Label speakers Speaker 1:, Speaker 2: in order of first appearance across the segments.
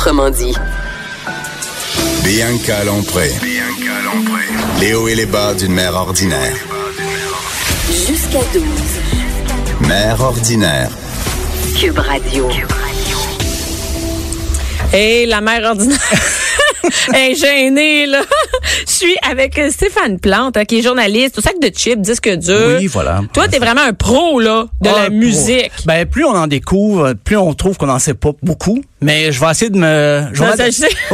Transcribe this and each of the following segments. Speaker 1: Autrement dit,
Speaker 2: Bianca Lompré. Les hauts et les bas d'une mère ordinaire.
Speaker 1: jusqu'à 12,
Speaker 2: Mère ordinaire.
Speaker 1: Cube Radio.
Speaker 3: Hey, la mère ordinaire. hey, gênée, là. Je suis avec Stéphane Plante, hein, qui est journaliste au sac de chips, disque dur.
Speaker 4: Oui, voilà.
Speaker 3: Toi, t'es vraiment un pro, là, de
Speaker 4: Ah,
Speaker 3: la
Speaker 4: bon.
Speaker 3: musique.
Speaker 4: Ben, plus on en découvre, plus on trouve qu'on n'en sait pas beaucoup. Mais je vais essayer de me. Je vais
Speaker 3: Non, t'as-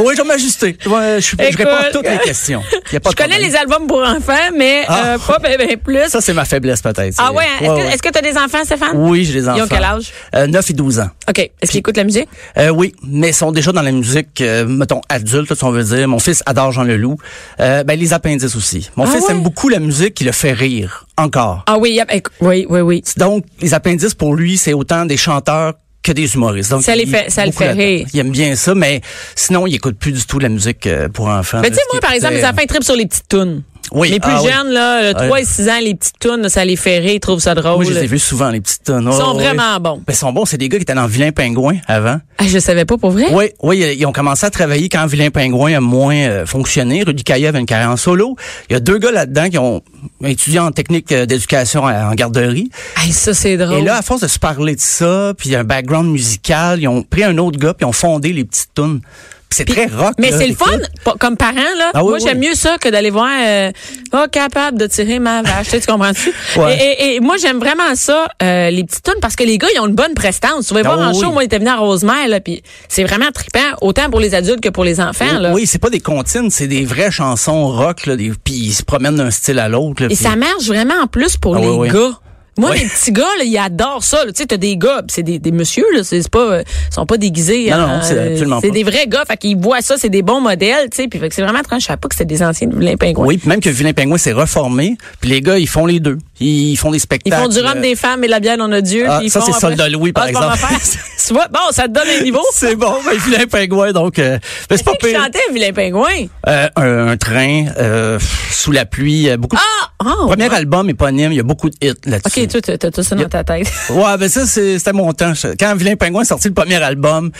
Speaker 4: Oui, je vais m'ajuster. Je, vais- je suis- je
Speaker 3: Écoute. euh,
Speaker 4: réponds à toutes les questions. Y a pas
Speaker 3: Je
Speaker 4: de
Speaker 3: connais
Speaker 4: problème.
Speaker 3: les albums pour enfants, mais
Speaker 4: Ah.
Speaker 3: euh, pas ben, ben plus.
Speaker 4: Ça, c'est ma faiblesse, peut-être.
Speaker 3: ah ouais, hein? est-ce que-
Speaker 4: ouais.
Speaker 3: est-ce que t'as des enfants, Stéphane?
Speaker 4: Oui, j'ai des enfants.
Speaker 3: ont quel âge?
Speaker 4: Euh, 9 et 12 ans.
Speaker 3: OK. Est-ce qu'ils écoutent la musique?
Speaker 4: Euh, oui, mais ils sont déjà dans la musique, euh, mettons, adulte, si on veut dire. Mon fils adore Jean Leloup. Euh, ben, les appendices aussi. Mon
Speaker 3: Ah
Speaker 4: fils
Speaker 3: ouais?
Speaker 4: aime beaucoup la musique qui le fait rire, encore.
Speaker 3: Ah oui, yep, éc- oui, oui, oui.
Speaker 4: Donc, les appendices, pour lui, c'est autant des chanteurs que des humoristes. Donc,
Speaker 3: Ça les
Speaker 4: il-
Speaker 3: fait- ça le
Speaker 4: beaucoup
Speaker 3: fait
Speaker 4: là-dedans.
Speaker 3: rire.
Speaker 4: Il aime bien ça, mais sinon, il écoute plus du tout la musique euh, pour enfants.
Speaker 3: Ben,
Speaker 4: là,
Speaker 3: tu sais,
Speaker 4: ce
Speaker 3: moi,
Speaker 4: qui
Speaker 3: par
Speaker 4: est
Speaker 3: exemple,
Speaker 4: très-
Speaker 3: mes enfants, ils trippent sur les petites tounes.
Speaker 4: Oui,
Speaker 3: Les plus
Speaker 4: ah oui.
Speaker 3: jeunes, là, le
Speaker 4: Ouais.
Speaker 3: 3 et 6 ans, les petites tounes, ça les fait rire, ils trouvent ça drôle.
Speaker 4: euh, Moi, je les ai vus souvent, les petites tonnes.
Speaker 3: Ils sont vraiment bons.
Speaker 4: ils sont bons. C'est des gars qui étaient dans Vilain Pingouin avant.
Speaker 3: Ah, je savais pas pour vrai.
Speaker 4: Oui, oui, euh, ils ont commencé à travailler quand Vilain Pingouin a moins euh, fonctionné. Rudy Caillé avait une carrière en solo. Il y a deux gars là-dedans qui ont étudié en technique euh, d'éducation à- en garderie.
Speaker 3: Hey, ça, c'est drôle.
Speaker 4: Et là, à force de se parler de ça, puis un background musical, ils ont pris un autre gars, puis ils ont fondé les petites tunes. Puis c'est très rock.
Speaker 3: Mais
Speaker 4: là,
Speaker 3: c'est le fun,
Speaker 4: écoute.
Speaker 3: pa- comme parent, là.
Speaker 4: Ah oui,
Speaker 3: Moi,
Speaker 4: oui.
Speaker 3: j'aime mieux ça que d'aller voir euh, pas capable de tirer ma vache. tu sais, tu comprends-tu?
Speaker 4: Ouais.
Speaker 3: Et, et- et moi, j'aime vraiment ça, euh, les petites tunes, parce que les gars, ils ont une bonne prestance. Tu vas les voir
Speaker 4: Ah
Speaker 3: en
Speaker 4: oui.
Speaker 3: show, moi, ils étaient venus à Rosemère, là, puis c'est vraiment trippant, autant pour les adultes que pour les enfants, hein, là.
Speaker 4: Oui, c'est pas des comptines, c'est des vraies chansons rock, là, des- puis ils se promènent d'un style à l'autre. là,
Speaker 3: Et
Speaker 4: puis-
Speaker 3: ça marche vraiment en plus pour
Speaker 4: Ah
Speaker 3: les
Speaker 4: oui, oui.
Speaker 3: gars. Moi,
Speaker 4: Oui.
Speaker 3: les petits gars, là, ils adorent ça. là. Tu sais, t'as des gars, pis c'est des, des messieurs, là. C'est c'est pas, euh, ils sont pas déguisés.
Speaker 4: Non, non,
Speaker 3: hein,
Speaker 4: c'est
Speaker 3: euh,
Speaker 4: absolument
Speaker 3: C'est
Speaker 4: pas.
Speaker 3: des vrais gars, fait qu'ils voient ça, c'est des bons modèles, tu sais. Puis fait que c'est vraiment quand je savais pas que c'était des anciens de Vilain Pingouin.
Speaker 4: Oui, puis même que Vilain Pingouin s'est reformé, puis les gars, ils font les deux. Ils font des
Speaker 3: Ils
Speaker 4: spectacles. euh,
Speaker 3: font du rhum des femmes et de la bière non odieuse.
Speaker 4: Ah,
Speaker 3: puis ils
Speaker 4: ça,
Speaker 3: font
Speaker 4: c'est
Speaker 3: après-
Speaker 4: Soldat Louis, par
Speaker 3: Ah, c'est pas ma
Speaker 4: exemple.
Speaker 3: affaire. tu vois, bon, ça te donne un niveau.
Speaker 4: C'est bon, mais Vilain Pingouin, donc... euh, mais c'est pas
Speaker 3: Qui
Speaker 4: pire.
Speaker 3: chantait Vilain Pingouin?
Speaker 4: Euh, un, un train, euh, pff, sous la pluie, euh, beaucoup de...
Speaker 3: Ah! ah,
Speaker 4: Premier album éponyme, il y a beaucoup de hits là-dessus.
Speaker 3: OK, toi, t'as t'as tout ça dans ta tête.
Speaker 4: Ouais, ben ça, c'est- c'était mon temps. Je- Quand Vilain Pingouin est sorti le premier album,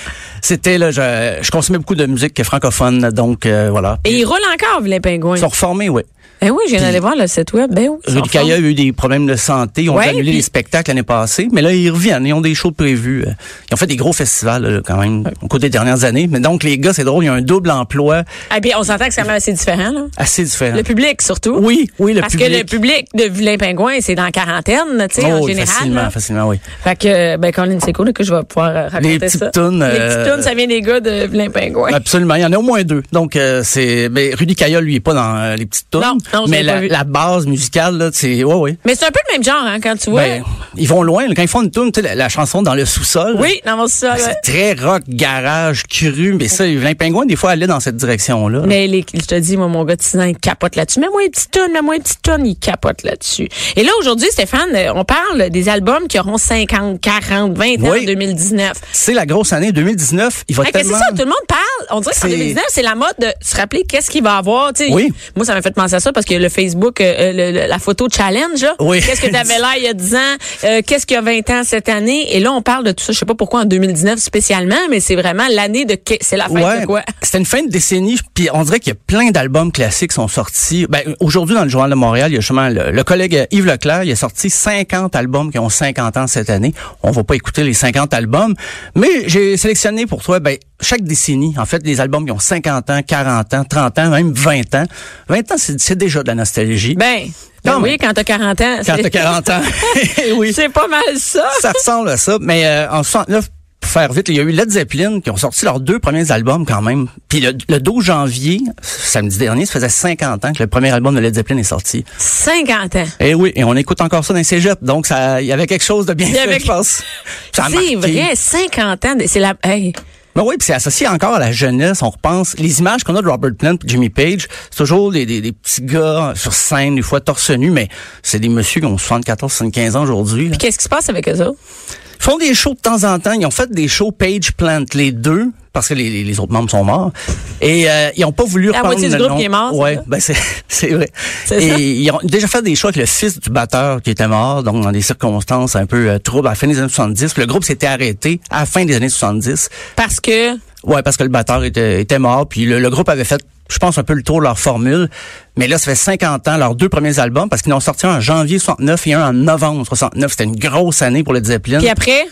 Speaker 4: c'était là, je, je consommais beaucoup de musique francophone, donc euh, voilà.
Speaker 3: Et il roule encore, Vilain Pingouin.
Speaker 4: Ils sont reformés, oui.
Speaker 3: Ben oui, je viens d'aller voir le site web. Ben oui. ils sont
Speaker 4: Rudy Kaya a eu des problèmes de santé, ils ont
Speaker 3: Ouais,
Speaker 4: annulé
Speaker 3: puis-
Speaker 4: les spectacles l'année passée, mais là, ils reviennent, ils ont des shows de prévus. euh. Ils ont fait des gros festivals, là, quand même, au cours des dernières années. Mais donc, les gars, c'est drôle, il y a un double emploi
Speaker 3: Ah, puis on s'entend que c'est quand même assez différent, là.
Speaker 4: assez différent.
Speaker 3: Le public, surtout.
Speaker 4: Ah. Oui, oui, le
Speaker 3: Parce
Speaker 4: public.
Speaker 3: que le public de Vilain Pingouin, c'est dans la quarantaine, tu sais, en
Speaker 4: Oh,
Speaker 3: général.
Speaker 4: facilement,
Speaker 3: là.
Speaker 4: facilement, oui.
Speaker 3: Fait que, ben, Colin, c'est cool là, que je vais pouvoir euh, raconter
Speaker 4: Les petites
Speaker 3: ça.
Speaker 4: tounes,
Speaker 3: Les
Speaker 4: euh,
Speaker 3: petites tounes, ça vient des gars de Vilain Pingouin.
Speaker 4: Absolument, il y en a au moins deux. Donc euh, c'est mais Rudy Kaya lui est pas dans euh, les petites tunes,
Speaker 3: Non, non, je l'ai
Speaker 4: mais
Speaker 3: pas
Speaker 4: la,
Speaker 3: vu.
Speaker 4: la base musicale là, c'est ouais ouais.
Speaker 3: Mais c'est un peu le même genre, hein, quand tu vois.
Speaker 4: Ben, ils vont loin. là. Quand ils font une tune, tu sais, la, la chanson dans le sous-sol. là,
Speaker 3: oui, dans mon sol. ouais.
Speaker 4: C'est très rock, garage, cru, mais ça, les pingouins, des fois, allaient dans cette direction-là.
Speaker 3: Mais les, je te dis, moi, mon gars de six ans, il capote là-dessus. Mets-moi une petite tonne, mets-moi une petite tonne, il capote là-dessus. Et là, aujourd'hui, Stéphane, euh, on parle des albums qui auront 50, 40, 20 ans
Speaker 4: Oui.
Speaker 3: en 2019.
Speaker 4: C'est la grosse année 2019. Il va
Speaker 3: Fait que c'est
Speaker 4: tellement...
Speaker 3: ça, tout le monde parle. On dirait que en
Speaker 4: C'est-
Speaker 3: 2019, c'est la mode de se rappeler qu'est-ce qu'il va avoir. tu sais.
Speaker 4: Oui.
Speaker 3: Moi, ça m'a fait penser à ça parce que le Facebook, euh, le- le- la photo challenge, là.
Speaker 4: Oui.
Speaker 3: qu'est-ce que tu avais là il y a 10 ans, euh, qu'est-ce qu'il y a 20 ans cette année. Et là, on parle de tout ça. Je sais pas pourquoi en 2019 spécialement, mais c'est vraiment l'année de... que- C'est la fête de
Speaker 4: Ouais,
Speaker 3: quoi?
Speaker 4: c'était une fin de décennie, puis on dirait qu'il y a plein d'albums classiques qui sont sortis. Ben, aujourd'hui, dans le Journal de Montréal, il y a justement le, le collègue Yves Leclerc, il a sorti 50 albums qui ont 50 ans cette année. On va pas écouter les 50 albums, mais j'ai sélectionné pour toi, ben, chaque décennie, en fait, des albums qui ont 50 ans, 40 ans, 30 ans, même 20 ans. 20 ans, c'est c'est déjà de la nostalgie.
Speaker 3: Ben, ben
Speaker 4: Quand
Speaker 3: oui,
Speaker 4: même.
Speaker 3: quand t'as 40 ans.
Speaker 4: quand
Speaker 3: c'est-
Speaker 4: t'as 40 ans. Eh oui.
Speaker 3: C'est pas mal ça.
Speaker 4: ça ressemble à ça. Mais euh, en 69, pour faire vite, il y a eu Led Zeppelin qui ont sorti leurs deux premiers albums quand même. Puis le, le 12 janvier, samedi dernier, ça faisait 50 ans que le premier album de Led Zeppelin est sorti.
Speaker 3: 50 ans.
Speaker 4: Et oui, et on écoute encore ça dans les cégeps. Donc, ça- il y avait quelque chose de bien
Speaker 3: y
Speaker 4: fait,
Speaker 3: avait-
Speaker 4: je pense. Ça a
Speaker 3: C'est
Speaker 4: marqué.
Speaker 3: vrai, 50 ans. de- C'est la... Hey.
Speaker 4: Mais oui, puis c'est associé encore à la jeunesse. On repense les images qu'on a de Robert Plant, et Jimmy Page, c'est toujours des, des- des petits gars sur scène, des fois torse nu, mais c'est des messieurs qui ont 74, 75 ans aujourd'hui. là.
Speaker 3: Qu'est-ce qui se passe avec eux autres?
Speaker 4: Ils font des shows de temps en temps. Ils ont fait des shows Page Plant, les deux, parce que les, les- les autres membres sont morts. Et euh, ils ont pas voulu
Speaker 3: La
Speaker 4: reprendre
Speaker 3: moitié du
Speaker 4: le
Speaker 3: groupe
Speaker 4: nom.
Speaker 3: qui est mort, c'est
Speaker 4: Ouais,
Speaker 3: ça?
Speaker 4: ben c'est c'est vrai.
Speaker 3: C'est
Speaker 4: Et
Speaker 3: ça?
Speaker 4: ils ont déjà fait des shows avec le fils du batteur qui était mort, donc dans des circonstances un peu euh, troubles à la fin des années 70. Le groupe s'était arrêté à la fin des années 70
Speaker 3: Parce que...
Speaker 4: Ouais, parce que le batteur était, était mort, puis le, le groupe avait fait, je pense, un peu le tour de leur formule. Mais là, ça fait 50 ans, leurs deux premiers albums, parce qu'ils en ont sorti un en janvier 69 et un en novembre 69. C'était une grosse année pour le Zeppelin.
Speaker 3: Puis après,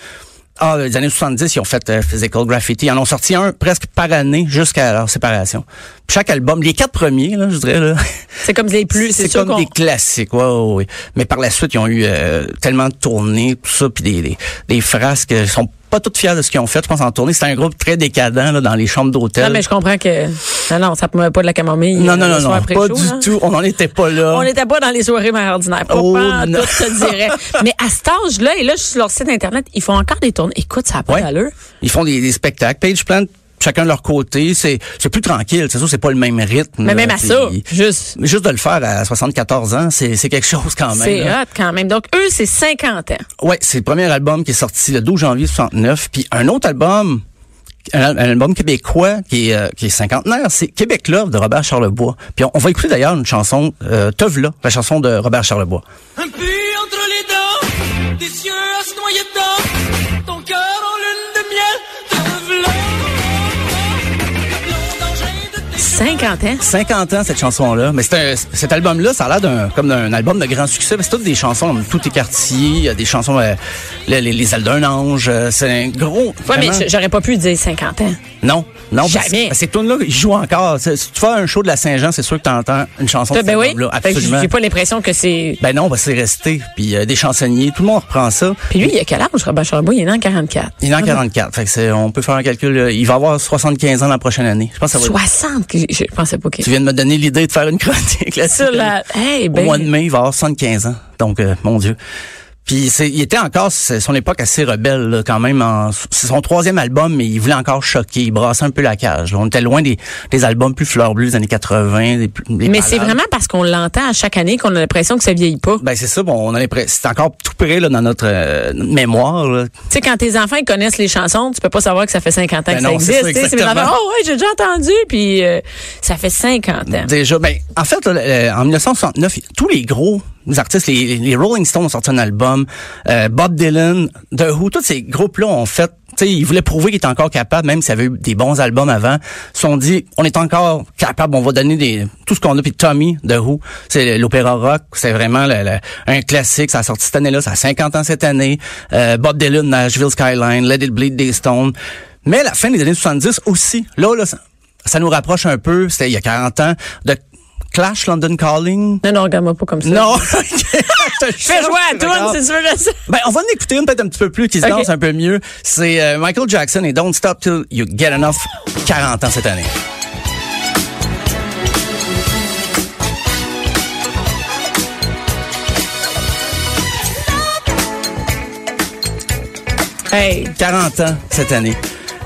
Speaker 4: Ah, les années 70, ils ont fait euh, Physical Graffiti. Ils en ont sorti un presque par année jusqu'à leur séparation. Puis chaque album, les quatre premiers, là, je dirais, là,
Speaker 3: c'est comme les plus. C'est
Speaker 4: c'est
Speaker 3: sûr
Speaker 4: comme
Speaker 3: qu'on.
Speaker 4: des classiques. Ouais, ouais, ouais. Mais par la suite, ils ont eu euh, tellement de tournées, tout ça, puis des, des, des frasques. Ils sont pas toutes fiers de ce qu'ils ont fait. Je pense en tournée, c'était un groupe très décadent là, dans les chambres d'hôtel.
Speaker 3: Non, mais je comprends que. Non, non, ça ne pouvait pas de la camomille.
Speaker 4: non,
Speaker 3: euh,
Speaker 4: non,
Speaker 3: le
Speaker 4: non,
Speaker 3: soir
Speaker 4: non,
Speaker 3: après
Speaker 4: pas
Speaker 3: chaud,
Speaker 4: du
Speaker 3: hein.
Speaker 4: tout. On n'en était pas là.
Speaker 3: On n'était pas dans les soirées mal ordinaires. Pas
Speaker 4: Oh,
Speaker 3: pantoute,
Speaker 4: non.
Speaker 3: je te dirais. Mais à cet âge-là, et là, je suis sur leur site Internet, ils font encore des tournées. Écoute, ça n'a pas
Speaker 4: Ouais.
Speaker 3: d'allure.
Speaker 4: Ils font des, des spectacles. Page Plant, chacun de leur côté. C'est c'est plus tranquille. C'est sûr, c'est pas le même rythme.
Speaker 3: Mais
Speaker 4: là,
Speaker 3: même à
Speaker 4: puis-
Speaker 3: ça, juste.
Speaker 4: Mais Juste de le faire à 74 ans, c'est c'est quelque chose quand même.
Speaker 3: C'est
Speaker 4: là.
Speaker 3: hot quand même. Donc, eux, c'est 50 ans.
Speaker 4: Ouais, c'est le premier album qui est sorti le 12 janvier 69, puis un autre album un, al- un album québécois qui est, euh, qui est cinquantenaire, c'est Québec Love de Robert Charlebois. Puis on, on va écouter d'ailleurs une chanson euh, Teuvla, la chanson de Robert Charlebois.
Speaker 5: Un puits entre les dents, des yeux à se noyer dedans, ton cœur en lune de miel, de v'là. Le danger de tes
Speaker 3: 50 ans.
Speaker 4: 50 ans cette chanson là, mais c'est un- cet album là, ça a l'air d'un comme d'un album de grand succès, mais c'est toutes des chansons comme tout est quartier, il y a des chansons euh, les, les, les ailes d'un ange, euh, c'est un gros
Speaker 3: Ouais, mais
Speaker 4: vraiment- Oh,
Speaker 3: j- j'aurais pas pu dire 50 ans.
Speaker 4: Non, non, parce-
Speaker 3: Jamais.
Speaker 4: parce que Ces tunes-là, ils jouent encore. C'est- Si tu fais un show de la Saint-Jean, c'est sûr que tu entends une chanson de
Speaker 3: Ben
Speaker 4: cet
Speaker 3: oui.
Speaker 4: album-là.
Speaker 3: Fait que
Speaker 4: Absolument.
Speaker 3: J'ai pas l'impression que c'est.
Speaker 4: Ben non, ben c'est resté. Puis euh, des chansonniers, tout le monde reprend ça.
Speaker 3: Puis lui, il a quel âge, Robert Charlebois? Il est né en 44.
Speaker 4: Il est en 44. Fait que c'est, on peut faire un calcul. euh, Il va avoir 75 ans la prochaine année. Je pense que ça va.
Speaker 3: 60. que Je je pensais pas
Speaker 4: Tu
Speaker 3: qu'il.
Speaker 4: viens de me donner l'idée de faire une chronique là-dessus.
Speaker 3: Sur la. Hey,
Speaker 4: Au
Speaker 3: ben.
Speaker 4: mois de mai, il va avoir 75 ans. Donc, euh, mon Dieu. Puis c'est, il était encore, c'est son époque assez rebelle là, quand même. en- c'est son troisième album, mais il voulait encore choquer, il brassait un peu la cage. là. On était loin des, des albums plus fleurs bleues des années 80. Des, plus- des
Speaker 3: Mais c'est
Speaker 4: ballades.
Speaker 3: vraiment parce qu'on l'entend à chaque année qu'on a l'impression que ça vieillit pas.
Speaker 4: Ben c'est ça, bon, on a l'impression, c'est encore tout près là, dans notre euh, mémoire. là.
Speaker 3: Tu sais, quand tes enfants ils connaissent les chansons, tu peux pas savoir que ça fait 50 ans
Speaker 4: Ben
Speaker 3: que ça
Speaker 4: non, c'est
Speaker 3: existe.
Speaker 4: ça,
Speaker 3: tu sais. C'est mes
Speaker 4: exactement.
Speaker 3: enfants, oh ouais, j'ai déjà entendu, puis euh, ça fait 50 ans.
Speaker 4: Déjà, ben, en fait, là, euh, en 1969, tous les gros artistes, les, les Rolling Stones ont sorti un album, euh, Bob Dylan, The Who, tous ces groupes-là ont fait, tu sais, ils voulaient prouver qu'ils étaient encore capables, même s'ils avaient eu des bons albums avant. Ils se sont dit, on est encore capable, on va donner des, tout ce qu'on a. Puis Tommy, The Who, c'est l'opéra rock, c'est vraiment le- le- un classique. Ça a sorti cette année-là, ça a 50 ans cette année. Euh, Bob Dylan, Nashville Skyline, Let It Bleed, des Stones. Mais la fin des années 70 aussi, là, là, ça- ça nous rapproche un peu, c'était il y a 40 ans, de Clash London Calling.
Speaker 3: Non, non, regarde-moi pas comme ça.
Speaker 4: Non, je
Speaker 3: Fais jouer à tout, c'est sûr que ça.
Speaker 4: Ben, on va en écouter une peut-être un petit peu plus, qui se
Speaker 3: Ok.
Speaker 4: danse un peu mieux. C'est euh, Michael Jackson et Don't Stop Till You Get Enough, 40 ans cette année.
Speaker 3: Hey.
Speaker 4: 40 ans cette année.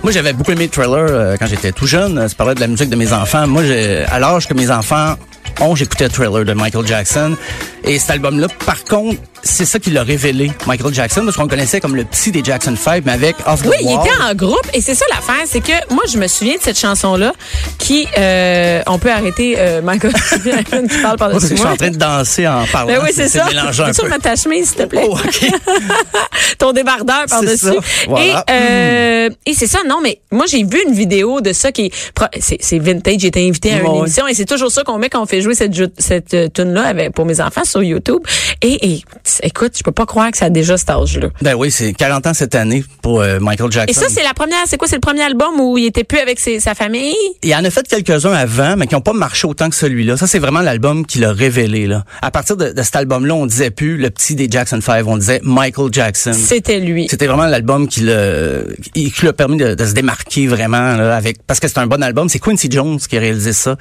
Speaker 4: Moi, j'avais beaucoup aimé Thriller euh, quand j'étais tout jeune. Euh, Ça parlait de la musique de mes enfants. Moi, j'ai- à l'âge que mes enfants ont, j'écoutais Thriller de Michael Jackson. Et cet album-là, par contre, c'est ça qui l'a révélé, Michael Jackson, parce qu'on le connaissait comme le petit des Jackson 5, mais avec Off the
Speaker 3: Oui, il
Speaker 4: Wall.
Speaker 3: était en groupe et c'est ça l'affaire, c'est que moi je me souviens de cette chanson là qui euh, on peut arrêter euh, Michael qui parle par
Speaker 4: Parce
Speaker 3: dessus
Speaker 4: que je suis
Speaker 3: Ah, moi.
Speaker 4: en train de danser en parlant.
Speaker 3: Ben oui, c'est ça.
Speaker 4: mélangeant un
Speaker 3: Peux-tu
Speaker 4: peu.
Speaker 3: remettre ta chemise, s'il te plaît?
Speaker 4: Oh, OK.
Speaker 3: ton débardeur par-dessus.
Speaker 4: ça, voilà.
Speaker 3: Et,
Speaker 4: Hmm.
Speaker 3: euh, et c'est ça, non, mais moi, j'ai vu une vidéo de ça qui est pro- c'est c'est vintage. J'étais invité à une
Speaker 4: Ouais.
Speaker 3: émission et c'est toujours ça qu'on met quand on fait jouer cette, ju- cette euh, tune-là avec- pour mes enfants sur YouTube. Et, et, écoute, je peux pas croire que ça a déjà cet âge-là.
Speaker 4: ben oui, c'est 40 ans cette année pour euh, Michael Jackson.
Speaker 3: Et ça, c'est la première, c'est quoi, c'est le premier album où il était plus avec ses- sa famille?
Speaker 4: Il en a fait quelques-uns avant, mais qui n'ont pas marché autant que celui-là. Ça, c'est vraiment l'album qui l'a révélé. Là. À partir de, de cet album-là, on disait plus le petit des Jackson 5, on disait Michael Jackson.
Speaker 3: C'était lui.
Speaker 4: C'était vraiment l'album qui l'a qui qui l'a permis de, de se démarquer vraiment là, avec parce que c'est un bon album. C'est Quincy Jones qui a réalisé ça,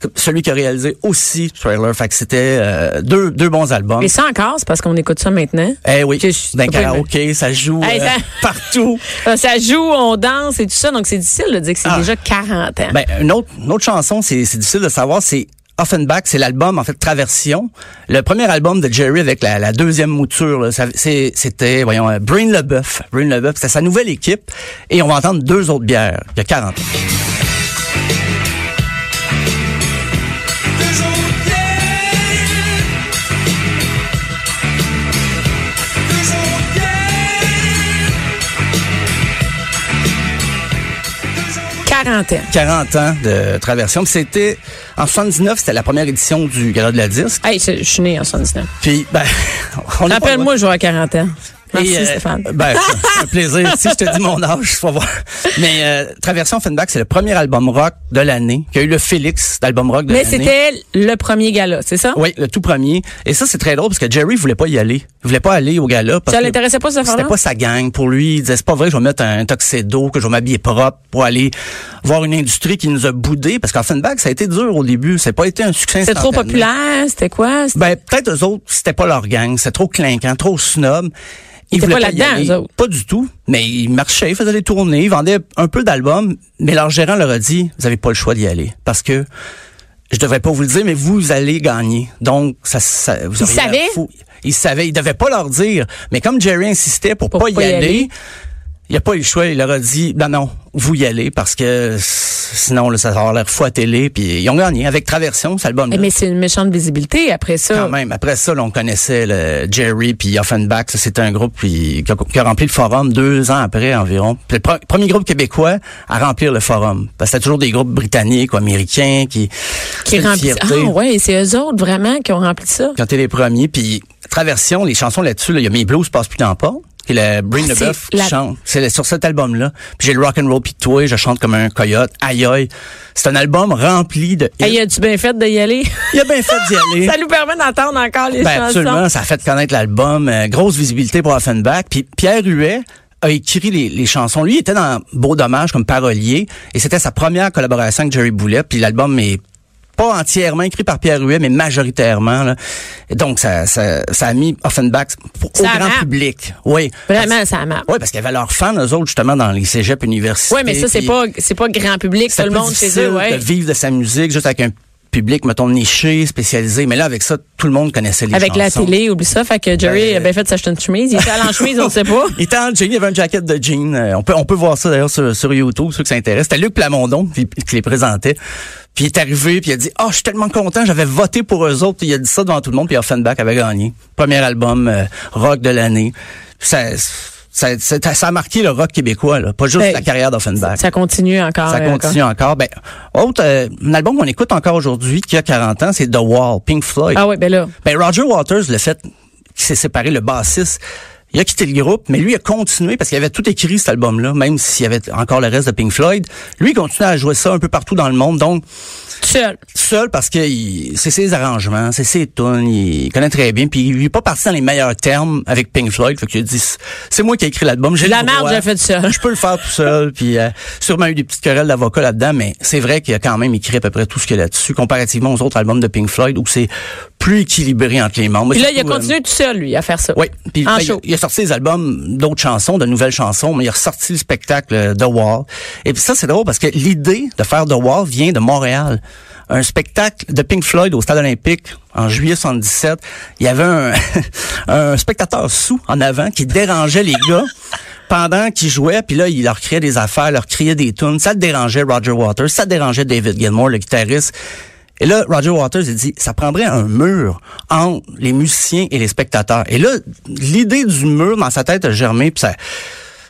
Speaker 4: que- celui qui a réalisé aussi Trailer. Fait que c'était euh, deux deux bons albums.
Speaker 3: Et ça encore, c'est parce qu'on écoute ça maintenant.
Speaker 4: Eh oui,
Speaker 3: Que je-
Speaker 4: d'un
Speaker 3: pas aimé.
Speaker 4: karaoké, ça joue
Speaker 3: Hey,
Speaker 4: euh,
Speaker 3: ça-
Speaker 4: partout.
Speaker 3: Euh, Ça joue, on danse et tout ça, donc c'est difficile de dire que c'est
Speaker 4: Ah.
Speaker 3: déjà 40 ans.
Speaker 4: Ben, une autre, une autre chanson, c'est c'est difficile de savoir, c'est Offenbach, c'est l'album, en fait, Traversion. Le premier album de Jerry avec la, la deuxième mouture, là, ça- c'est- c'était, voyons, euh, Bryn LeBeuf. Bryn LeBeuf, c'était sa nouvelle équipe. Et on va entendre deux autres bières. Il y a 40 ans.
Speaker 5: deux autres bières, deux autres bières, deux autres
Speaker 3: 40 ans.
Speaker 4: 40 ans de traversion. Puis C'était en 79, c'était la première édition du Gala de la disque.
Speaker 3: Hey, je je suis née en 79.
Speaker 4: Puis ben, on est pas
Speaker 3: Rappelle-moi, je vais avoir 40 ans. Merci,
Speaker 4: Et, euh,
Speaker 3: Stéphane.
Speaker 4: Ben, c'est un plaisir. si je te dis mon âge, tu vas voir. Mais euh, Traversion Funback, c'est le premier album rock de l'année, qui a eu le Félix d'album rock de
Speaker 3: Mais
Speaker 4: l'année.
Speaker 3: c'était le premier gala, c'est ça?
Speaker 4: Oui, le tout premier. Et ça, c'est très drôle parce que Jerry voulait pas y aller. Il voulait pas aller au gala. Parce
Speaker 3: Ça
Speaker 4: que
Speaker 3: l'intéressait pas, cette affaire-là?
Speaker 4: C'était pas sa gang. Pour lui, il disait, c'est pas vrai, que je vais mettre un tuxedo, que je vais m'habiller propre pour aller voir une industrie qui nous a boudés. Parce qu'en Funback, ça a été dur au début. C'est pas été un succès
Speaker 3: C'était trop
Speaker 4: instantané.
Speaker 3: populaire, c'était quoi? C'était-
Speaker 4: Ben, peut-être eux autres, c'était pas leur gang. C'était trop clinquant, trop snob. Ils
Speaker 3: étaient
Speaker 4: voulaient
Speaker 3: pas
Speaker 4: y
Speaker 3: là-dedans,
Speaker 4: aller.
Speaker 3: eux autres.
Speaker 4: Pas du tout. Mais ils marchaient, ils faisaient des tournées, ils vendaient un peu d'albums. Mais leur gérant leur a dit, vous avez pas le choix d'y aller. Parce que, je devrais pas vous le dire, mais vous allez gagner. Donc, ça, ça vous
Speaker 3: Ils
Speaker 4: auriez l'air
Speaker 3: savaient?
Speaker 4: fou. Ils savaient, ils devaient pas leur dire. Mais comme Jerry insistait pour, pas y, aller, il a pas eu le choix. Il leur a dit, ben non, non, vous y allez parce que s- sinon, là, ça va avoir l'air fou à télé. Puis ils ont gagné avec Traversion, cet album
Speaker 3: Eh, Mais c'est une méchante visibilité après ça.
Speaker 4: Ben, quand même. Après ça, là, on connaissait le Jerry puis Offenbach. Ça, C'était un groupe puis, qui, a, qui a rempli le forum deux ans après environ. Puis le pre- premier groupe québécois à remplir le forum. Parce que c'était toujours des groupes britanniques ou américains qui
Speaker 3: Qui
Speaker 4: c'était une
Speaker 3: remplissent. Ah
Speaker 4: fierté.
Speaker 3: ouais, c'est eux autres vraiment qui ont rempli ça.
Speaker 4: Qui ont été les premiers. Puis Traversion, les chansons là-dessus, là, il y a Mes Blues passent plus dans le port. Qui est le Breen
Speaker 3: Ah, c'est
Speaker 4: LeBeuf qui
Speaker 3: la-
Speaker 4: chante. C'est le- sur cet album-là. Puis j'ai le Rock and Roll Pitoué, je chante comme un coyote. Aïe aïe. C'est un album rempli de.
Speaker 3: Hey,
Speaker 4: hits.
Speaker 3: as-tu bien fait d'y aller?
Speaker 4: Il a bien fait d'y aller.
Speaker 3: ça nous permet d'entendre encore les
Speaker 4: Ben
Speaker 3: chansons.
Speaker 4: absolument, ça a fait connaître l'album, euh, grosse visibilité pour Offenbach. Puis Pierre Huet a écrit les, les chansons. Lui il était dans Beau Dommage comme parolier et c'était sa première collaboration avec Jerry Boulet. Puis l'album est pas entièrement écrit par Pierre Huet, mais majoritairement. là. Et donc ça, ça, ça a mis Offenbach pour- au
Speaker 3: Ça
Speaker 4: grand
Speaker 3: marche.
Speaker 4: public. Oui.
Speaker 3: Vraiment, ça marche.
Speaker 4: Oui, parce qu'il y avait leurs fans, eux autres, justement, dans les cégeps universitaires.
Speaker 3: Ouais, mais ça, c'est pas, c'est pas grand public, tout
Speaker 4: C'était
Speaker 3: le
Speaker 4: plus
Speaker 3: monde chez
Speaker 4: difficile
Speaker 3: eux, ouais.
Speaker 4: de vivre de sa musique juste avec un public, mettons, niché, spécialisé. Mais là, avec ça, tout le monde connaissait les
Speaker 3: Avec la
Speaker 4: chansons.
Speaker 3: télé, oublie ça. Fait que Jerry
Speaker 4: Ben,
Speaker 3: a bien fait de s'acheter une chemise. Il était allé en chemise, on ne sait pas.
Speaker 4: Il était en jean, il avait un jacket de jean. Euh, On peut, on peut voir ça d'ailleurs sur, sur YouTube, ceux qui s'intéressent. C'était Luc Plamondon qui, qui les présentait. Puis il est arrivé, puis il a dit « Ah, je suis tellement content, j'avais voté pour eux autres. » Puis Il a dit ça devant tout le monde, puis Offenbach avait gagné. Premier album euh, rock de l'année. Ça, ça, ça, ça a marqué le rock québécois, là. pas juste
Speaker 3: Ben,
Speaker 4: la carrière d'Offenbach.
Speaker 3: Ça continue encore.
Speaker 4: Ça
Speaker 3: euh,
Speaker 4: continue encore. Ben, autre, euh, un album qu'on écoute encore aujourd'hui, qui a 40 ans, c'est The Wall, Pink Floyd.
Speaker 3: encore. Ah ouais, ben là.
Speaker 4: Ben Roger Waters, le fait qu'il s'est séparé, le bassiste, il a quitté le groupe, mais lui il a continué parce qu'il avait tout écrit cet album-là, même s'il y avait encore le reste de Pink Floyd. Lui, il continuait à jouer ça un peu partout dans le monde. Donc,
Speaker 3: Tout seul.
Speaker 4: seul parce que il- c'est ses arrangements, c'est ses tunes, il connaît très bien. Puis il est pas parti dans les meilleurs termes avec Pink Floyd. Fait qu'il a dit, c'est moi qui ai écrit l'album. J'ai
Speaker 3: La
Speaker 4: le
Speaker 3: marde,
Speaker 4: droit.
Speaker 3: je l'ai fait tout seul.
Speaker 4: Je peux le faire tout seul. Puis euh, sûrement eu des petites querelles d'avocats là-dedans, mais c'est vrai qu'il a quand même écrit à peu près tout ce qu'il y a là-dessus, comparativement aux autres albums de Pink Floyd où c'est plus équilibré entre les membres.
Speaker 3: Puis là, il a
Speaker 4: Surtout, euh,
Speaker 3: continué tout seul, lui, à faire ça.
Speaker 4: oui, puis
Speaker 3: en
Speaker 4: ben, il, a-
Speaker 3: show.
Speaker 4: il a sorti des albums d'autres chansons, de nouvelles chansons, mais il a ressorti le spectacle euh, The Wall. Et puis ça, c'est drôle parce que l'idée de faire The Wall vient de Montréal. Un spectacle de Pink Floyd au Stade olympique en juillet 77. Il y avait un, un spectateur sous en avant qui dérangeait les gars pendant qu'ils jouaient. Puis là, il leur criait des affaires, leur criait des tunes. Ça dérangeait Roger Waters, ça dérangeait David Gilmour, le guitariste. Et là, Roger Waters, il dit, ça prendrait un mur entre les musiciens et les spectateurs. Et là, l'idée du mur dans sa tête a germé, puis ça,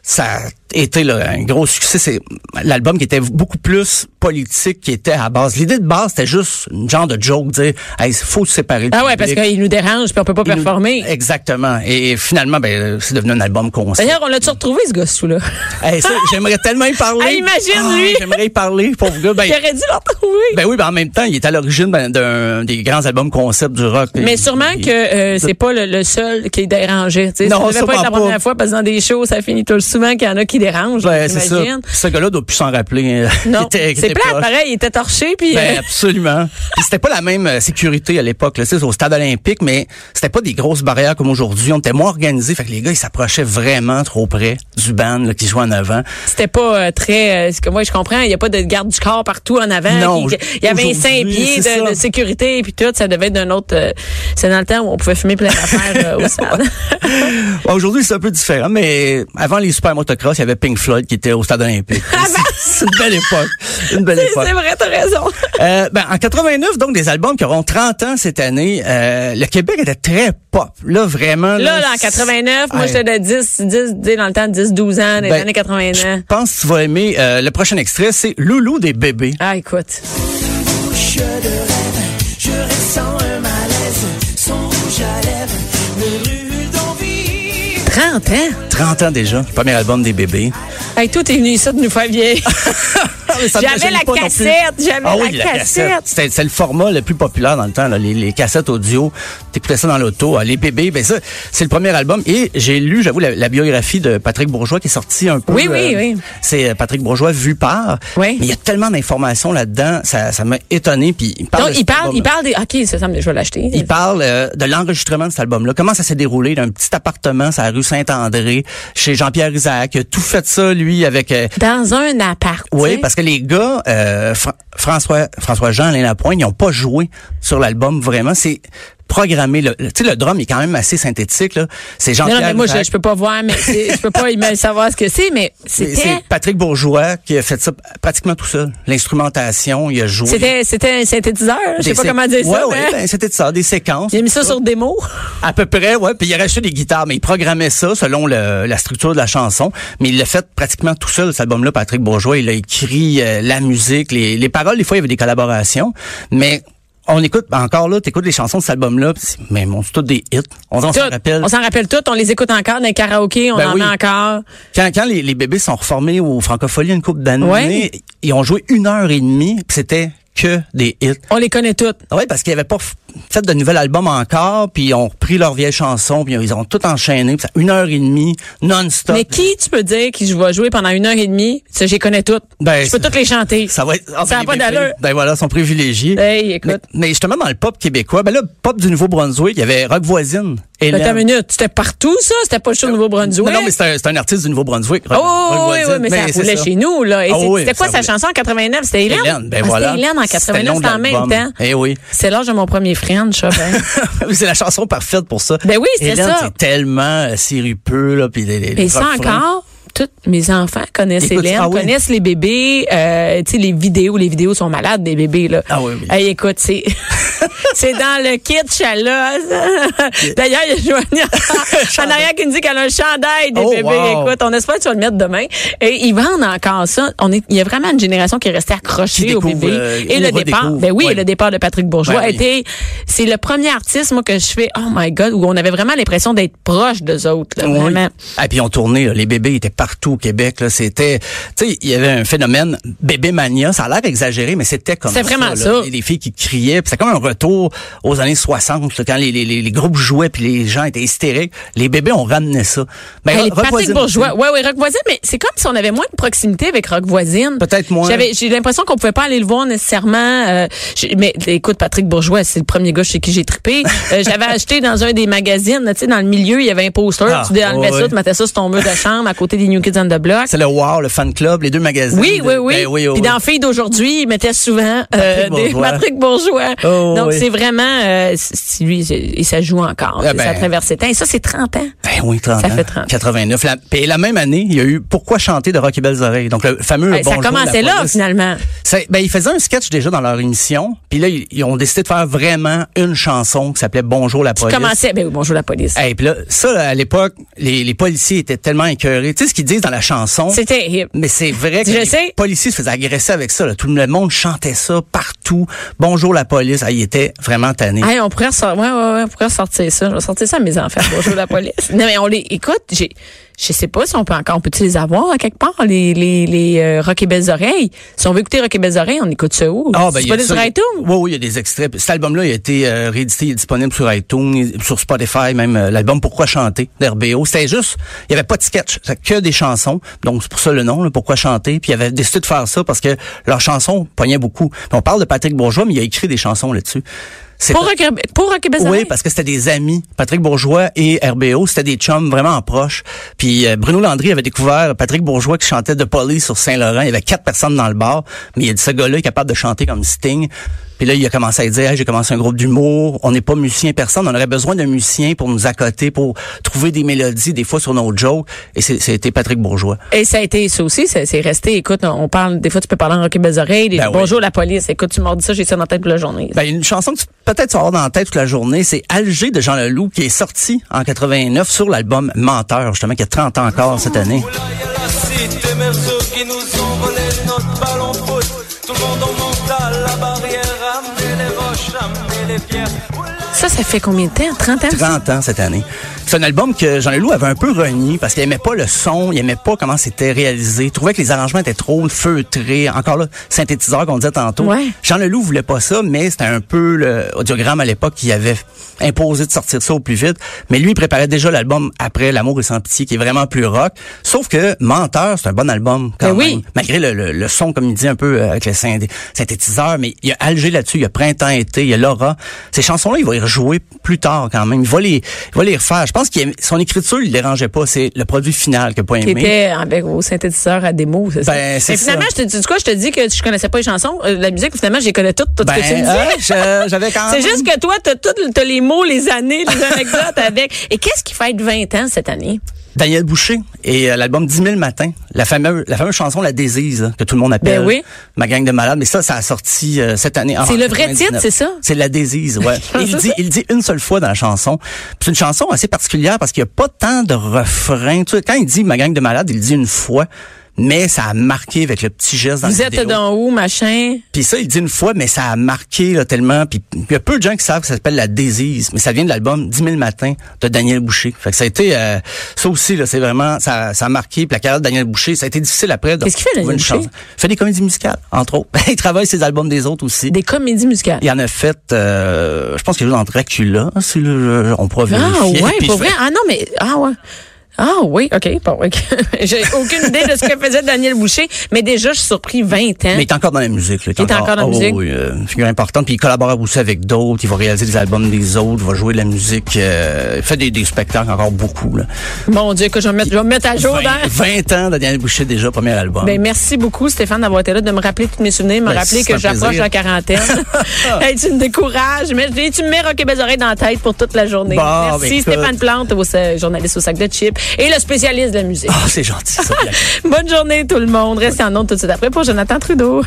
Speaker 4: ça a été là, un gros succès. C'est l'album qui était beaucoup plus politique, qui était à base. L'idée de base, c'était juste une genre de joke, dire, hey, faut se séparer. du
Speaker 3: Ah ouais, parce
Speaker 4: public.
Speaker 3: qu'il nous dérange, puis on peut pas
Speaker 4: Il nous-
Speaker 3: performer.
Speaker 4: Exactement. Et finalement, ben, c'est devenu un album concert.
Speaker 3: D'ailleurs, on l'a-tu retrouvé, ce gosse là
Speaker 4: Hey, ça, j'aimerais tellement y parler.
Speaker 3: Hey, imagine,
Speaker 4: Ah,
Speaker 3: lui.
Speaker 4: J'aimerais y parler, pauvre gars. Ben,
Speaker 3: J'aurais dû le retrouver.
Speaker 4: Ben oui, ben en même temps, il est à l'origine ben, d'un des grands albums concept du rock.
Speaker 3: Mais
Speaker 4: Il-
Speaker 3: sûrement
Speaker 4: il-
Speaker 3: que euh, c'est pas le, le seul qui dérangeait. tu sais.
Speaker 4: Non,
Speaker 3: ça devait pas être la
Speaker 4: sûrement
Speaker 3: première
Speaker 4: pas.
Speaker 3: fois parce que dans des shows, ça finit tout souvent qu'il y en a qui dérangent.
Speaker 4: Ben, c'est ça.
Speaker 3: j'imagine.
Speaker 4: Ce gars-là doit plus s'en rappeler. hein. Il
Speaker 3: Non,
Speaker 4: était- il
Speaker 3: c'est
Speaker 4: était
Speaker 3: plat,
Speaker 4: proche.
Speaker 3: pareil, il était torché puis
Speaker 4: Ben,
Speaker 3: euh,
Speaker 4: absolument. Puis c'était pas la même euh, sécurité à l'époque, là, tu sais, au stade olympique, mais c'était pas des grosses barrières comme aujourd'hui. On était moins organisés. Fait que les gars, ils s'approchaient vraiment trop près du band là, qui jouait en avant.
Speaker 3: c'était pas euh, très euh, ce que moi je comprends, il y a pas de garde du corps partout en avant,
Speaker 4: Non,
Speaker 3: puis il y avait un
Speaker 4: aujourd'hui,
Speaker 3: cinq pieds
Speaker 4: c'est
Speaker 3: de,
Speaker 4: ça.
Speaker 3: de sécurité puis tout, ça devait être d'un autre euh, c'est dans le temps où on pouvait fumer plein d'affaires euh, au stade.
Speaker 4: Bon, Aujourd'hui, c'est un peu différent, mais avant les super motocross, il y qu'il y avait Pink Floyd qui était au stade olympique. c'est une belle époque. Une belle
Speaker 3: Ah, C'est
Speaker 4: époque.
Speaker 3: c'est vrai, t'as raison.
Speaker 4: Euh, ben, en 89, donc, des albums qui auront 30 ans cette année, euh, le Québec était très pop. Là, vraiment.
Speaker 3: Là, là, en 89, moi,
Speaker 4: Ouais.
Speaker 3: j'étais de 10, 10, tu sais, dans le temps, 10, 12 ans, des
Speaker 4: Ben,
Speaker 3: années 89.
Speaker 4: Je pense que tu vas aimer euh, le prochain extrait, c'est Loulou des bébés.
Speaker 3: Ah, écoute.
Speaker 6: Je de rêve, je ressens un malaise, son rouge à lèvres me brûle d'envie.
Speaker 3: 30 ans?
Speaker 4: 30 ans déjà, le premier album des bébés.
Speaker 3: Hey, toi, t'es venu ici de nous faire vieillir.
Speaker 4: Ah, Ça me
Speaker 3: J'avais la
Speaker 4: gêne pas non plus.
Speaker 3: cassette, j'avais
Speaker 4: Ah
Speaker 3: la
Speaker 4: oui, la
Speaker 3: cassette.
Speaker 4: cassette. C'était c'est le format le plus populaire dans le temps, là, les, les cassettes audio. T'écoutais ça dans l'auto. hein, Les bébés, ben ça, c'est le premier album. Et j'ai lu, j'avoue, la, la biographie de Patrick Bourgeois qui est sortie un peu.
Speaker 3: Oui, oui, oui.
Speaker 4: C'est euh, Patrick Bourgeois vu par.
Speaker 3: Oui.
Speaker 4: Mais il y a tellement d'informations là-dedans, ça, ça m'a étonné. Puis il parle.
Speaker 3: Donc,
Speaker 4: de
Speaker 3: il
Speaker 4: cet
Speaker 3: parle, il
Speaker 4: album-là.
Speaker 3: parle des. OK, ça, ça me- je vais l'acheter.
Speaker 4: Il parle euh, de l'enregistrement de cet album-là. Comment ça s'est déroulé d'un petit appartement sur la rue Saint-André chez Jean-Pierre Isaac. Il a tout fait ça, lui, avec euh,
Speaker 3: Dans un appart.
Speaker 4: oui, parce que les gars, euh, Fra- François, François Jean, Alain Lapointe, ils n'ont pas joué sur l'album vraiment. C'est programmé. Le, le- tu sais, le drum est quand même assez synthétique. Là. C'est
Speaker 3: Non, non,
Speaker 4: Jean-Pierre.
Speaker 3: mais moi, je,
Speaker 4: Jacques-
Speaker 3: je peux pas voir, mais c'est- je peux pas imaginer savoir ce que c'est, mais
Speaker 4: c'est
Speaker 3: c'était.
Speaker 4: c'est Patrick Bourgeois qui a fait ça pratiquement tout seul. L'instrumentation, il a joué.
Speaker 3: C'était, c'était un synthétiseur. Je sais
Speaker 4: Des
Speaker 3: pas
Speaker 4: sé-
Speaker 3: comment dire
Speaker 4: Ouais,
Speaker 3: ça.
Speaker 4: ouais,
Speaker 3: mais-
Speaker 4: ben, c'était de ça, des séquences.
Speaker 3: J'ai mis ça sur des mots.
Speaker 4: À peu près, ouais. Puis il a racheté des guitares, mais il programmait ça selon le- la structure de la chanson. Mais il l'a fait pratiquement tout seul, cet album-là, Patrick Bourgeois. Il a écrit euh, la musique, les, les paroles. Des fois, il y avait des collaborations. Mais on écoute, encore là, t'écoutes les chansons de cet album-là. puis c'est- Mais bon, c'est toutes des hits. On, on s'en
Speaker 3: Tout.
Speaker 4: rappelle.
Speaker 3: On s'en rappelle tout. On les écoute encore dans les karaokés. On
Speaker 4: Ben
Speaker 3: en
Speaker 4: oui.
Speaker 3: met encore.
Speaker 4: Quand, quand les, les bébés sont reformés aux francophonies une couple d'années,
Speaker 3: Ouais.
Speaker 4: ils ont joué une heure et demie, puis c'était que des hits.
Speaker 3: On les connaît toutes.
Speaker 4: Ah Oui, parce qu'ils n'avaient pas f- fait de nouvel album encore, puis ils ont repris leurs vieilles chansons, puis ils ont tout enchaîné, puis ça- une heure et demie, non-stop.
Speaker 3: Mais qui tu peux dire qui je vais jouer pendant une heure et demie? Ça, j'y connais toutes.
Speaker 4: Ben,
Speaker 3: je peux
Speaker 4: ça-
Speaker 3: toutes les chanter.
Speaker 4: Ça va être... ah,
Speaker 3: Ça a
Speaker 4: les
Speaker 3: pas
Speaker 4: bébés,
Speaker 3: d'allure.
Speaker 4: Ben voilà, ils sont privilégiés.
Speaker 3: Hey, écoute.
Speaker 4: Mais, mais justement, dans le pop québécois, ben là, pop du Nouveau-Brunswick, il y avait Rock Voisine. Et
Speaker 3: Attends Ben, une minute. C'était partout, ça? C'était pas chaud au Nouveau-Brunswick?
Speaker 4: Non, non, mais c'est un, c'est un artiste du Nouveau-Brunswick. Rock- Rock
Speaker 3: Oh, oui, oui,
Speaker 4: Voisine.
Speaker 3: mais ça
Speaker 4: Ben, c'est
Speaker 3: roulait chez nous, là. Et
Speaker 4: Ah
Speaker 3: c'est-
Speaker 4: oui,
Speaker 3: c'était quoi
Speaker 4: ça
Speaker 3: sa
Speaker 4: roulait.
Speaker 3: chanson en 89? C'était Hélène?
Speaker 4: Hélène, ben
Speaker 3: Ah,
Speaker 4: voilà.
Speaker 3: C'était Hélène en
Speaker 4: C'était
Speaker 3: 89,
Speaker 4: le nom
Speaker 3: c'était en
Speaker 4: de
Speaker 3: même
Speaker 4: l'album.
Speaker 3: temps.
Speaker 4: Eh oui.
Speaker 3: C'est l'âge de mon premier friend, je sais ben.
Speaker 4: c'est la chanson parfaite pour ça.
Speaker 3: Ben oui, c'était
Speaker 4: Hélène,
Speaker 3: ça.
Speaker 4: c'est tellement euh, sirupeux, là, puis des, des- des
Speaker 3: Et ça
Speaker 4: refrains.
Speaker 3: encore, tous mes enfants connaissent
Speaker 4: Écoute,
Speaker 3: Hélène,
Speaker 4: ah oui.
Speaker 3: connaissent les bébés, euh, tu sais, les vidéos, les vidéos sont malades des bébés, là.
Speaker 4: Ah oui, oui.
Speaker 3: Hey, écoute, c'est, c'est dans le kit, là. D'ailleurs, il y a Joanie en arrière qui nous dit qu'elle a un chandail des
Speaker 4: Oh,
Speaker 3: bébés.
Speaker 4: wow.
Speaker 3: Écoute, on espère que tu vas le mettre demain. Et ils vendent encore ça. On est, il y a vraiment une génération qui est restée accrochée
Speaker 4: Qui
Speaker 3: aux
Speaker 4: découvre,
Speaker 3: bébés.
Speaker 4: euh,
Speaker 3: Et
Speaker 4: ou
Speaker 3: le
Speaker 4: redécouvre.
Speaker 3: départ, ben oui,
Speaker 4: Ouais.
Speaker 3: le départ de Patrick Bourgeois
Speaker 4: Ben oui.
Speaker 3: était, c'est le premier artiste, moi, que je fais, oh my god, où on avait vraiment l'impression d'être proche d'eux autres, là,
Speaker 4: Oui.
Speaker 3: vraiment.
Speaker 4: Ah, puis on tournait, là. les bébés étaient partout au Québec. là. C'était, tu sais, il y avait un phénomène bébé mania. Ça a l'air exagéré, mais c'était comme ça.
Speaker 3: C'est vraiment
Speaker 4: là.
Speaker 3: ça.
Speaker 4: Les, les filles qui criaient. Puis c'est comme un retour aux années 60, là, quand les, les, les- les groupes jouaient puis les gens étaient hystériques. Les bébés ont ramené ça. Ben,
Speaker 3: Elle est
Speaker 4: Rock
Speaker 3: Patrick
Speaker 4: Voisine,
Speaker 3: Bourgeois. Ouais, ouais, Rock Voisine, mais c'est comme si on avait moins de proximité avec Rock Voisine.
Speaker 4: Peut-être moins.
Speaker 3: J'avais, j'ai l'impression qu'on pouvait pas aller le voir nécessairement. euh, j'ai- mais écoute, Patrick Bourgeois, c'est le premier gars chez qui j'ai trippé. Euh, j'avais acheté dans un des magazines, tu sais, dans le milieu, il y avait un poster.
Speaker 4: Ah,
Speaker 3: tu enlevais
Speaker 4: ouais,
Speaker 3: ça,
Speaker 4: ouais.
Speaker 3: tu mettais ça sur ton mur de chambre à côté des New Kids on the Block.
Speaker 4: C'est le War, le fan club, les deux magazines.
Speaker 3: Oui,
Speaker 4: de-
Speaker 3: oui, oui.
Speaker 4: Ben oui, oh,
Speaker 3: Puis
Speaker 4: oui.
Speaker 3: dans Filles d'aujourd'hui, il mettait souvent euh,
Speaker 4: Patrick
Speaker 3: des
Speaker 4: Bourgeois.
Speaker 3: Patrick Bourgeois.
Speaker 4: Oh,
Speaker 3: Donc,
Speaker 4: oui.
Speaker 3: c'est vraiment... euh, c'est- lui, c'est- et ça joue encore.
Speaker 4: Ah,
Speaker 3: c'est- ça
Speaker 4: ben.
Speaker 3: traverse les temps. Et ça, c'est 30 ans.
Speaker 4: Ben oui, 30
Speaker 3: Ça
Speaker 4: ans.
Speaker 3: fait 30.
Speaker 4: 89. La, puis la même année, il y a eu Pourquoi chanter de Rock et Belles Oreilles. Donc, le fameux
Speaker 3: Hey, ça
Speaker 4: Bonjour, la
Speaker 3: commençait là,
Speaker 4: police.
Speaker 3: finalement.
Speaker 4: Ça- ben, ils faisaient un sketch déjà dans leur émission, puis là, ils, ils ont décidé de faire vraiment une chanson qui s'appelait Bonjour la police.
Speaker 3: Commençait... Ben oui, bonjour la police.
Speaker 4: Hey, puis là, ça, là, à l'époque, les, les policiers étaient tellement écœurés. Tu sais ce qu'ils disent dans la chanson?
Speaker 3: C'était hip.
Speaker 4: Mais c'est vrai que
Speaker 3: Je
Speaker 4: les
Speaker 3: sais.
Speaker 4: policiers se faisaient agresser avec ça. là. Tout le monde chantait ça partout. Bonjour la police. Ah, ils étaient vraiment tannés.
Speaker 3: Hey, on pourrait ressortir, ouais, ouais, ouais, on pourrait ressortir ça. Je vais sortir ça à mes enfants. Bonjour la police. Non, mais on les, écoute, j'ai, je sais pas si on peut encore, on peut-tu les avoir à quelque part, les, les, les, euh, Rock et Belles Oreilles? Si on veut écouter Rock et Belles Oreilles, on écoute ça où?
Speaker 4: Ah,
Speaker 3: Oh,
Speaker 4: ben,
Speaker 3: C'est
Speaker 4: il y
Speaker 3: pas
Speaker 4: a
Speaker 3: des
Speaker 4: ça,
Speaker 3: sur
Speaker 4: il y a-
Speaker 3: iTunes?
Speaker 4: Oui, oui, il y a des extraits. Puis Cet album-là, il a été euh, réédité, il est disponible sur iTunes, sur Spotify, même euh, l'album Pourquoi chanter d'RBO. C'était juste, il y avait pas de sketch, c'était que des chansons. Donc, c'est pour ça le nom, là, Pourquoi chanter. Puis, il avait décidé de faire ça parce que leurs chansons pognaient beaucoup. Puis on parle de Patrick Bourgeois, mais il a écrit des chansons là-dessus. C'est
Speaker 3: Pour Rock, pour Rock et Belles
Speaker 4: oui,
Speaker 3: Oreilles?
Speaker 4: parce que c'était des amis. Patrick Bourgeois et RBO, c'était des chums vraiment proches. Puis euh, Bruno Landry avait découvert Patrick Bourgeois qui chantait de Police sur Saint-Laurent. Il y avait quatre personnes dans le bar, mais il a dit ce gars-là est capable de chanter comme Sting. Puis là, il a commencé à dire, Hey, j'ai commencé un groupe d'humour, on n'est pas musicien personne, on aurait besoin d'un musicien pour nous accoter, pour trouver des mélodies, des fois sur nos jokes. Et c'est- c'était Patrick Bourgeois.
Speaker 3: Et ça a été ça aussi, ça- c'est resté. Écoute, on parle, des fois, tu peux parler en rock et belles oreilles. des-
Speaker 4: Ben oui.
Speaker 3: Bonjour la police. Écoute, tu m'as dit ça, j'ai ça dans la tête toute la journée.
Speaker 4: Ben, une chanson que tu- peut-être tu vas avoir dans la tête toute la journée, c'est Alger de Jean Leloup qui est sorti en 89 sur l'album Menteur, justement, qui a 30 ans encore cette année.
Speaker 5: Là y a la cité, même ceux qui nous ont volé notre ballon de foot. Tout le monde en mental, la barrière, amenez les roches, amenez les pierres.
Speaker 3: ça, ça fait combien de temps? 30 ans?
Speaker 4: 30 ans cette année. C'est un album que Jean Leloup avait un peu renié parce qu'il aimait pas le son, il aimait pas comment c'était réalisé, il trouvait que les arrangements étaient trop feutrés, encore là, synthétiseur qu'on disait tantôt.
Speaker 3: Ouais.
Speaker 4: Jean Leloup voulait pas ça, mais c'était un peu le audiogramme à l'époque qui avait imposé de sortir ça au plus vite. Mais lui, il préparait déjà l'album après L'amour et sans pitié, qui est vraiment plus rock. Sauf que Menteur, c'est un bon album quand
Speaker 3: Ben
Speaker 4: même.
Speaker 3: oui.
Speaker 4: Malgré le, le- le son, comme il dit un peu euh, avec le synthé- synthétiseur, mais il y a Alger là-dessus, il y a Printemps, Été, il y a Laura. Ces chansons-là, il va y rejouer plus tard quand même. Il va les, il va les refaire. Je pense que son écriture, il ne dérangeait pas. C'est le produit final que pas
Speaker 3: Qui
Speaker 4: aimé.
Speaker 3: était avec au synthétiseur à démo, c'est ça?
Speaker 4: Ben, c'est
Speaker 3: Mais finalement,
Speaker 4: ça.
Speaker 3: je te dis du quoi, je te dis que je connaissais pas les chansons, euh, la musique, finalement, je les connais toutes, tout
Speaker 4: Ben,
Speaker 3: ce que tu me dis.
Speaker 4: hein, je- j'avais quand
Speaker 3: C'est
Speaker 4: même...
Speaker 3: juste que toi, t'as tout, t'as les mots, les années, les anecdotes avec. Et qu'est-ce qui fête 20 ans cette année?
Speaker 4: Daniel Boucher et euh, l'album 10 000 matins, la fameuse, la fameuse chanson La Désise, là, que tout le monde appelle
Speaker 3: Ben oui.
Speaker 4: Ma gang de malades. Mais ça, ça a sorti euh, cette année. en
Speaker 3: C'est le vrai
Speaker 4: 99.
Speaker 3: titre, c'est ça?
Speaker 4: C'est La Désise, ouais.
Speaker 3: Je
Speaker 4: il,
Speaker 3: pensais
Speaker 4: dit,
Speaker 3: ça.
Speaker 4: il dit une seule fois dans la chanson. Puis C'est une chanson assez particulière parce qu'il n'y a pas tant de refrains. Tu sais, quand il dit Ma gang de malades, il le dit une fois. Mais ça a marqué avec le petit geste dans
Speaker 3: Vous
Speaker 4: la
Speaker 3: êtes
Speaker 4: vidéo.
Speaker 3: dans où, machin?
Speaker 4: Puis ça, il dit une fois, mais ça a marqué là, tellement. Puis il y a peu de gens qui savent que ça s'appelle La Désise, mais ça vient de l'album 10 000 matins de Daniel Boucher. Fait que ça a été, euh, ça aussi, là, c'est vraiment, ça, ça a marqué. Puis la carrière de Daniel Boucher, ça a été difficile après. de
Speaker 3: Qu'est-ce qu'il fait,
Speaker 4: trouver
Speaker 3: Daniel
Speaker 4: une
Speaker 3: Boucher?
Speaker 4: chanson. Il fait des comédies musicales, entre autres. il travaille ses albums des autres aussi.
Speaker 3: Des comédies musicales.
Speaker 4: Il en a fait, euh, je pense qu'il joue dans Dracula, si le, on pourra
Speaker 3: Ah
Speaker 4: vérifier.
Speaker 3: ouais,
Speaker 4: Puis
Speaker 3: pour
Speaker 4: je-
Speaker 3: vrai. Ah non, mais ah ouais. Ah oui, OK. Bon, ok. J'ai aucune idée de ce que faisait Daniel Boucher, mais déjà, je suis surpris 20 ans.
Speaker 4: Mais il est encore dans la musique. Là.
Speaker 3: Hein? Il est encore dans la
Speaker 4: oh,
Speaker 3: musique.
Speaker 4: oui, euh, une figure importante. Puis il collabore aussi avec d'autres. Il va réaliser des albums des autres. Il va jouer de la musique. euh, il fait des, des spectacles encore beaucoup. Là.
Speaker 3: Mon Dieu, que je vais me mettre, je vais me mettre à jour.
Speaker 4: 20,
Speaker 3: hein.
Speaker 4: 20 ans de Daniel Boucher déjà, premier album.
Speaker 3: Ben, merci beaucoup, Stéphane, d'avoir été là, de me rappeler tous mes souvenirs, de me
Speaker 4: Ben,
Speaker 3: rappeler
Speaker 4: c'est
Speaker 3: que
Speaker 4: un
Speaker 3: j'approche
Speaker 4: plaisir.
Speaker 3: la quarantaine. Hey, tu me décourages, mais je dis, tu me mets Rocky oreilles dans la tête pour toute la journée.
Speaker 4: Bon, ben,
Speaker 3: merci,
Speaker 4: écoute.
Speaker 3: Stéphane Plante, au- euh, journaliste au sac de chips et le spécialiste de la musique.
Speaker 4: Ah, c'est gentil ça. Bianca.
Speaker 3: Bonne journée, tout le monde. Restez en ondes tout de suite après pour Jonathan Trudeau.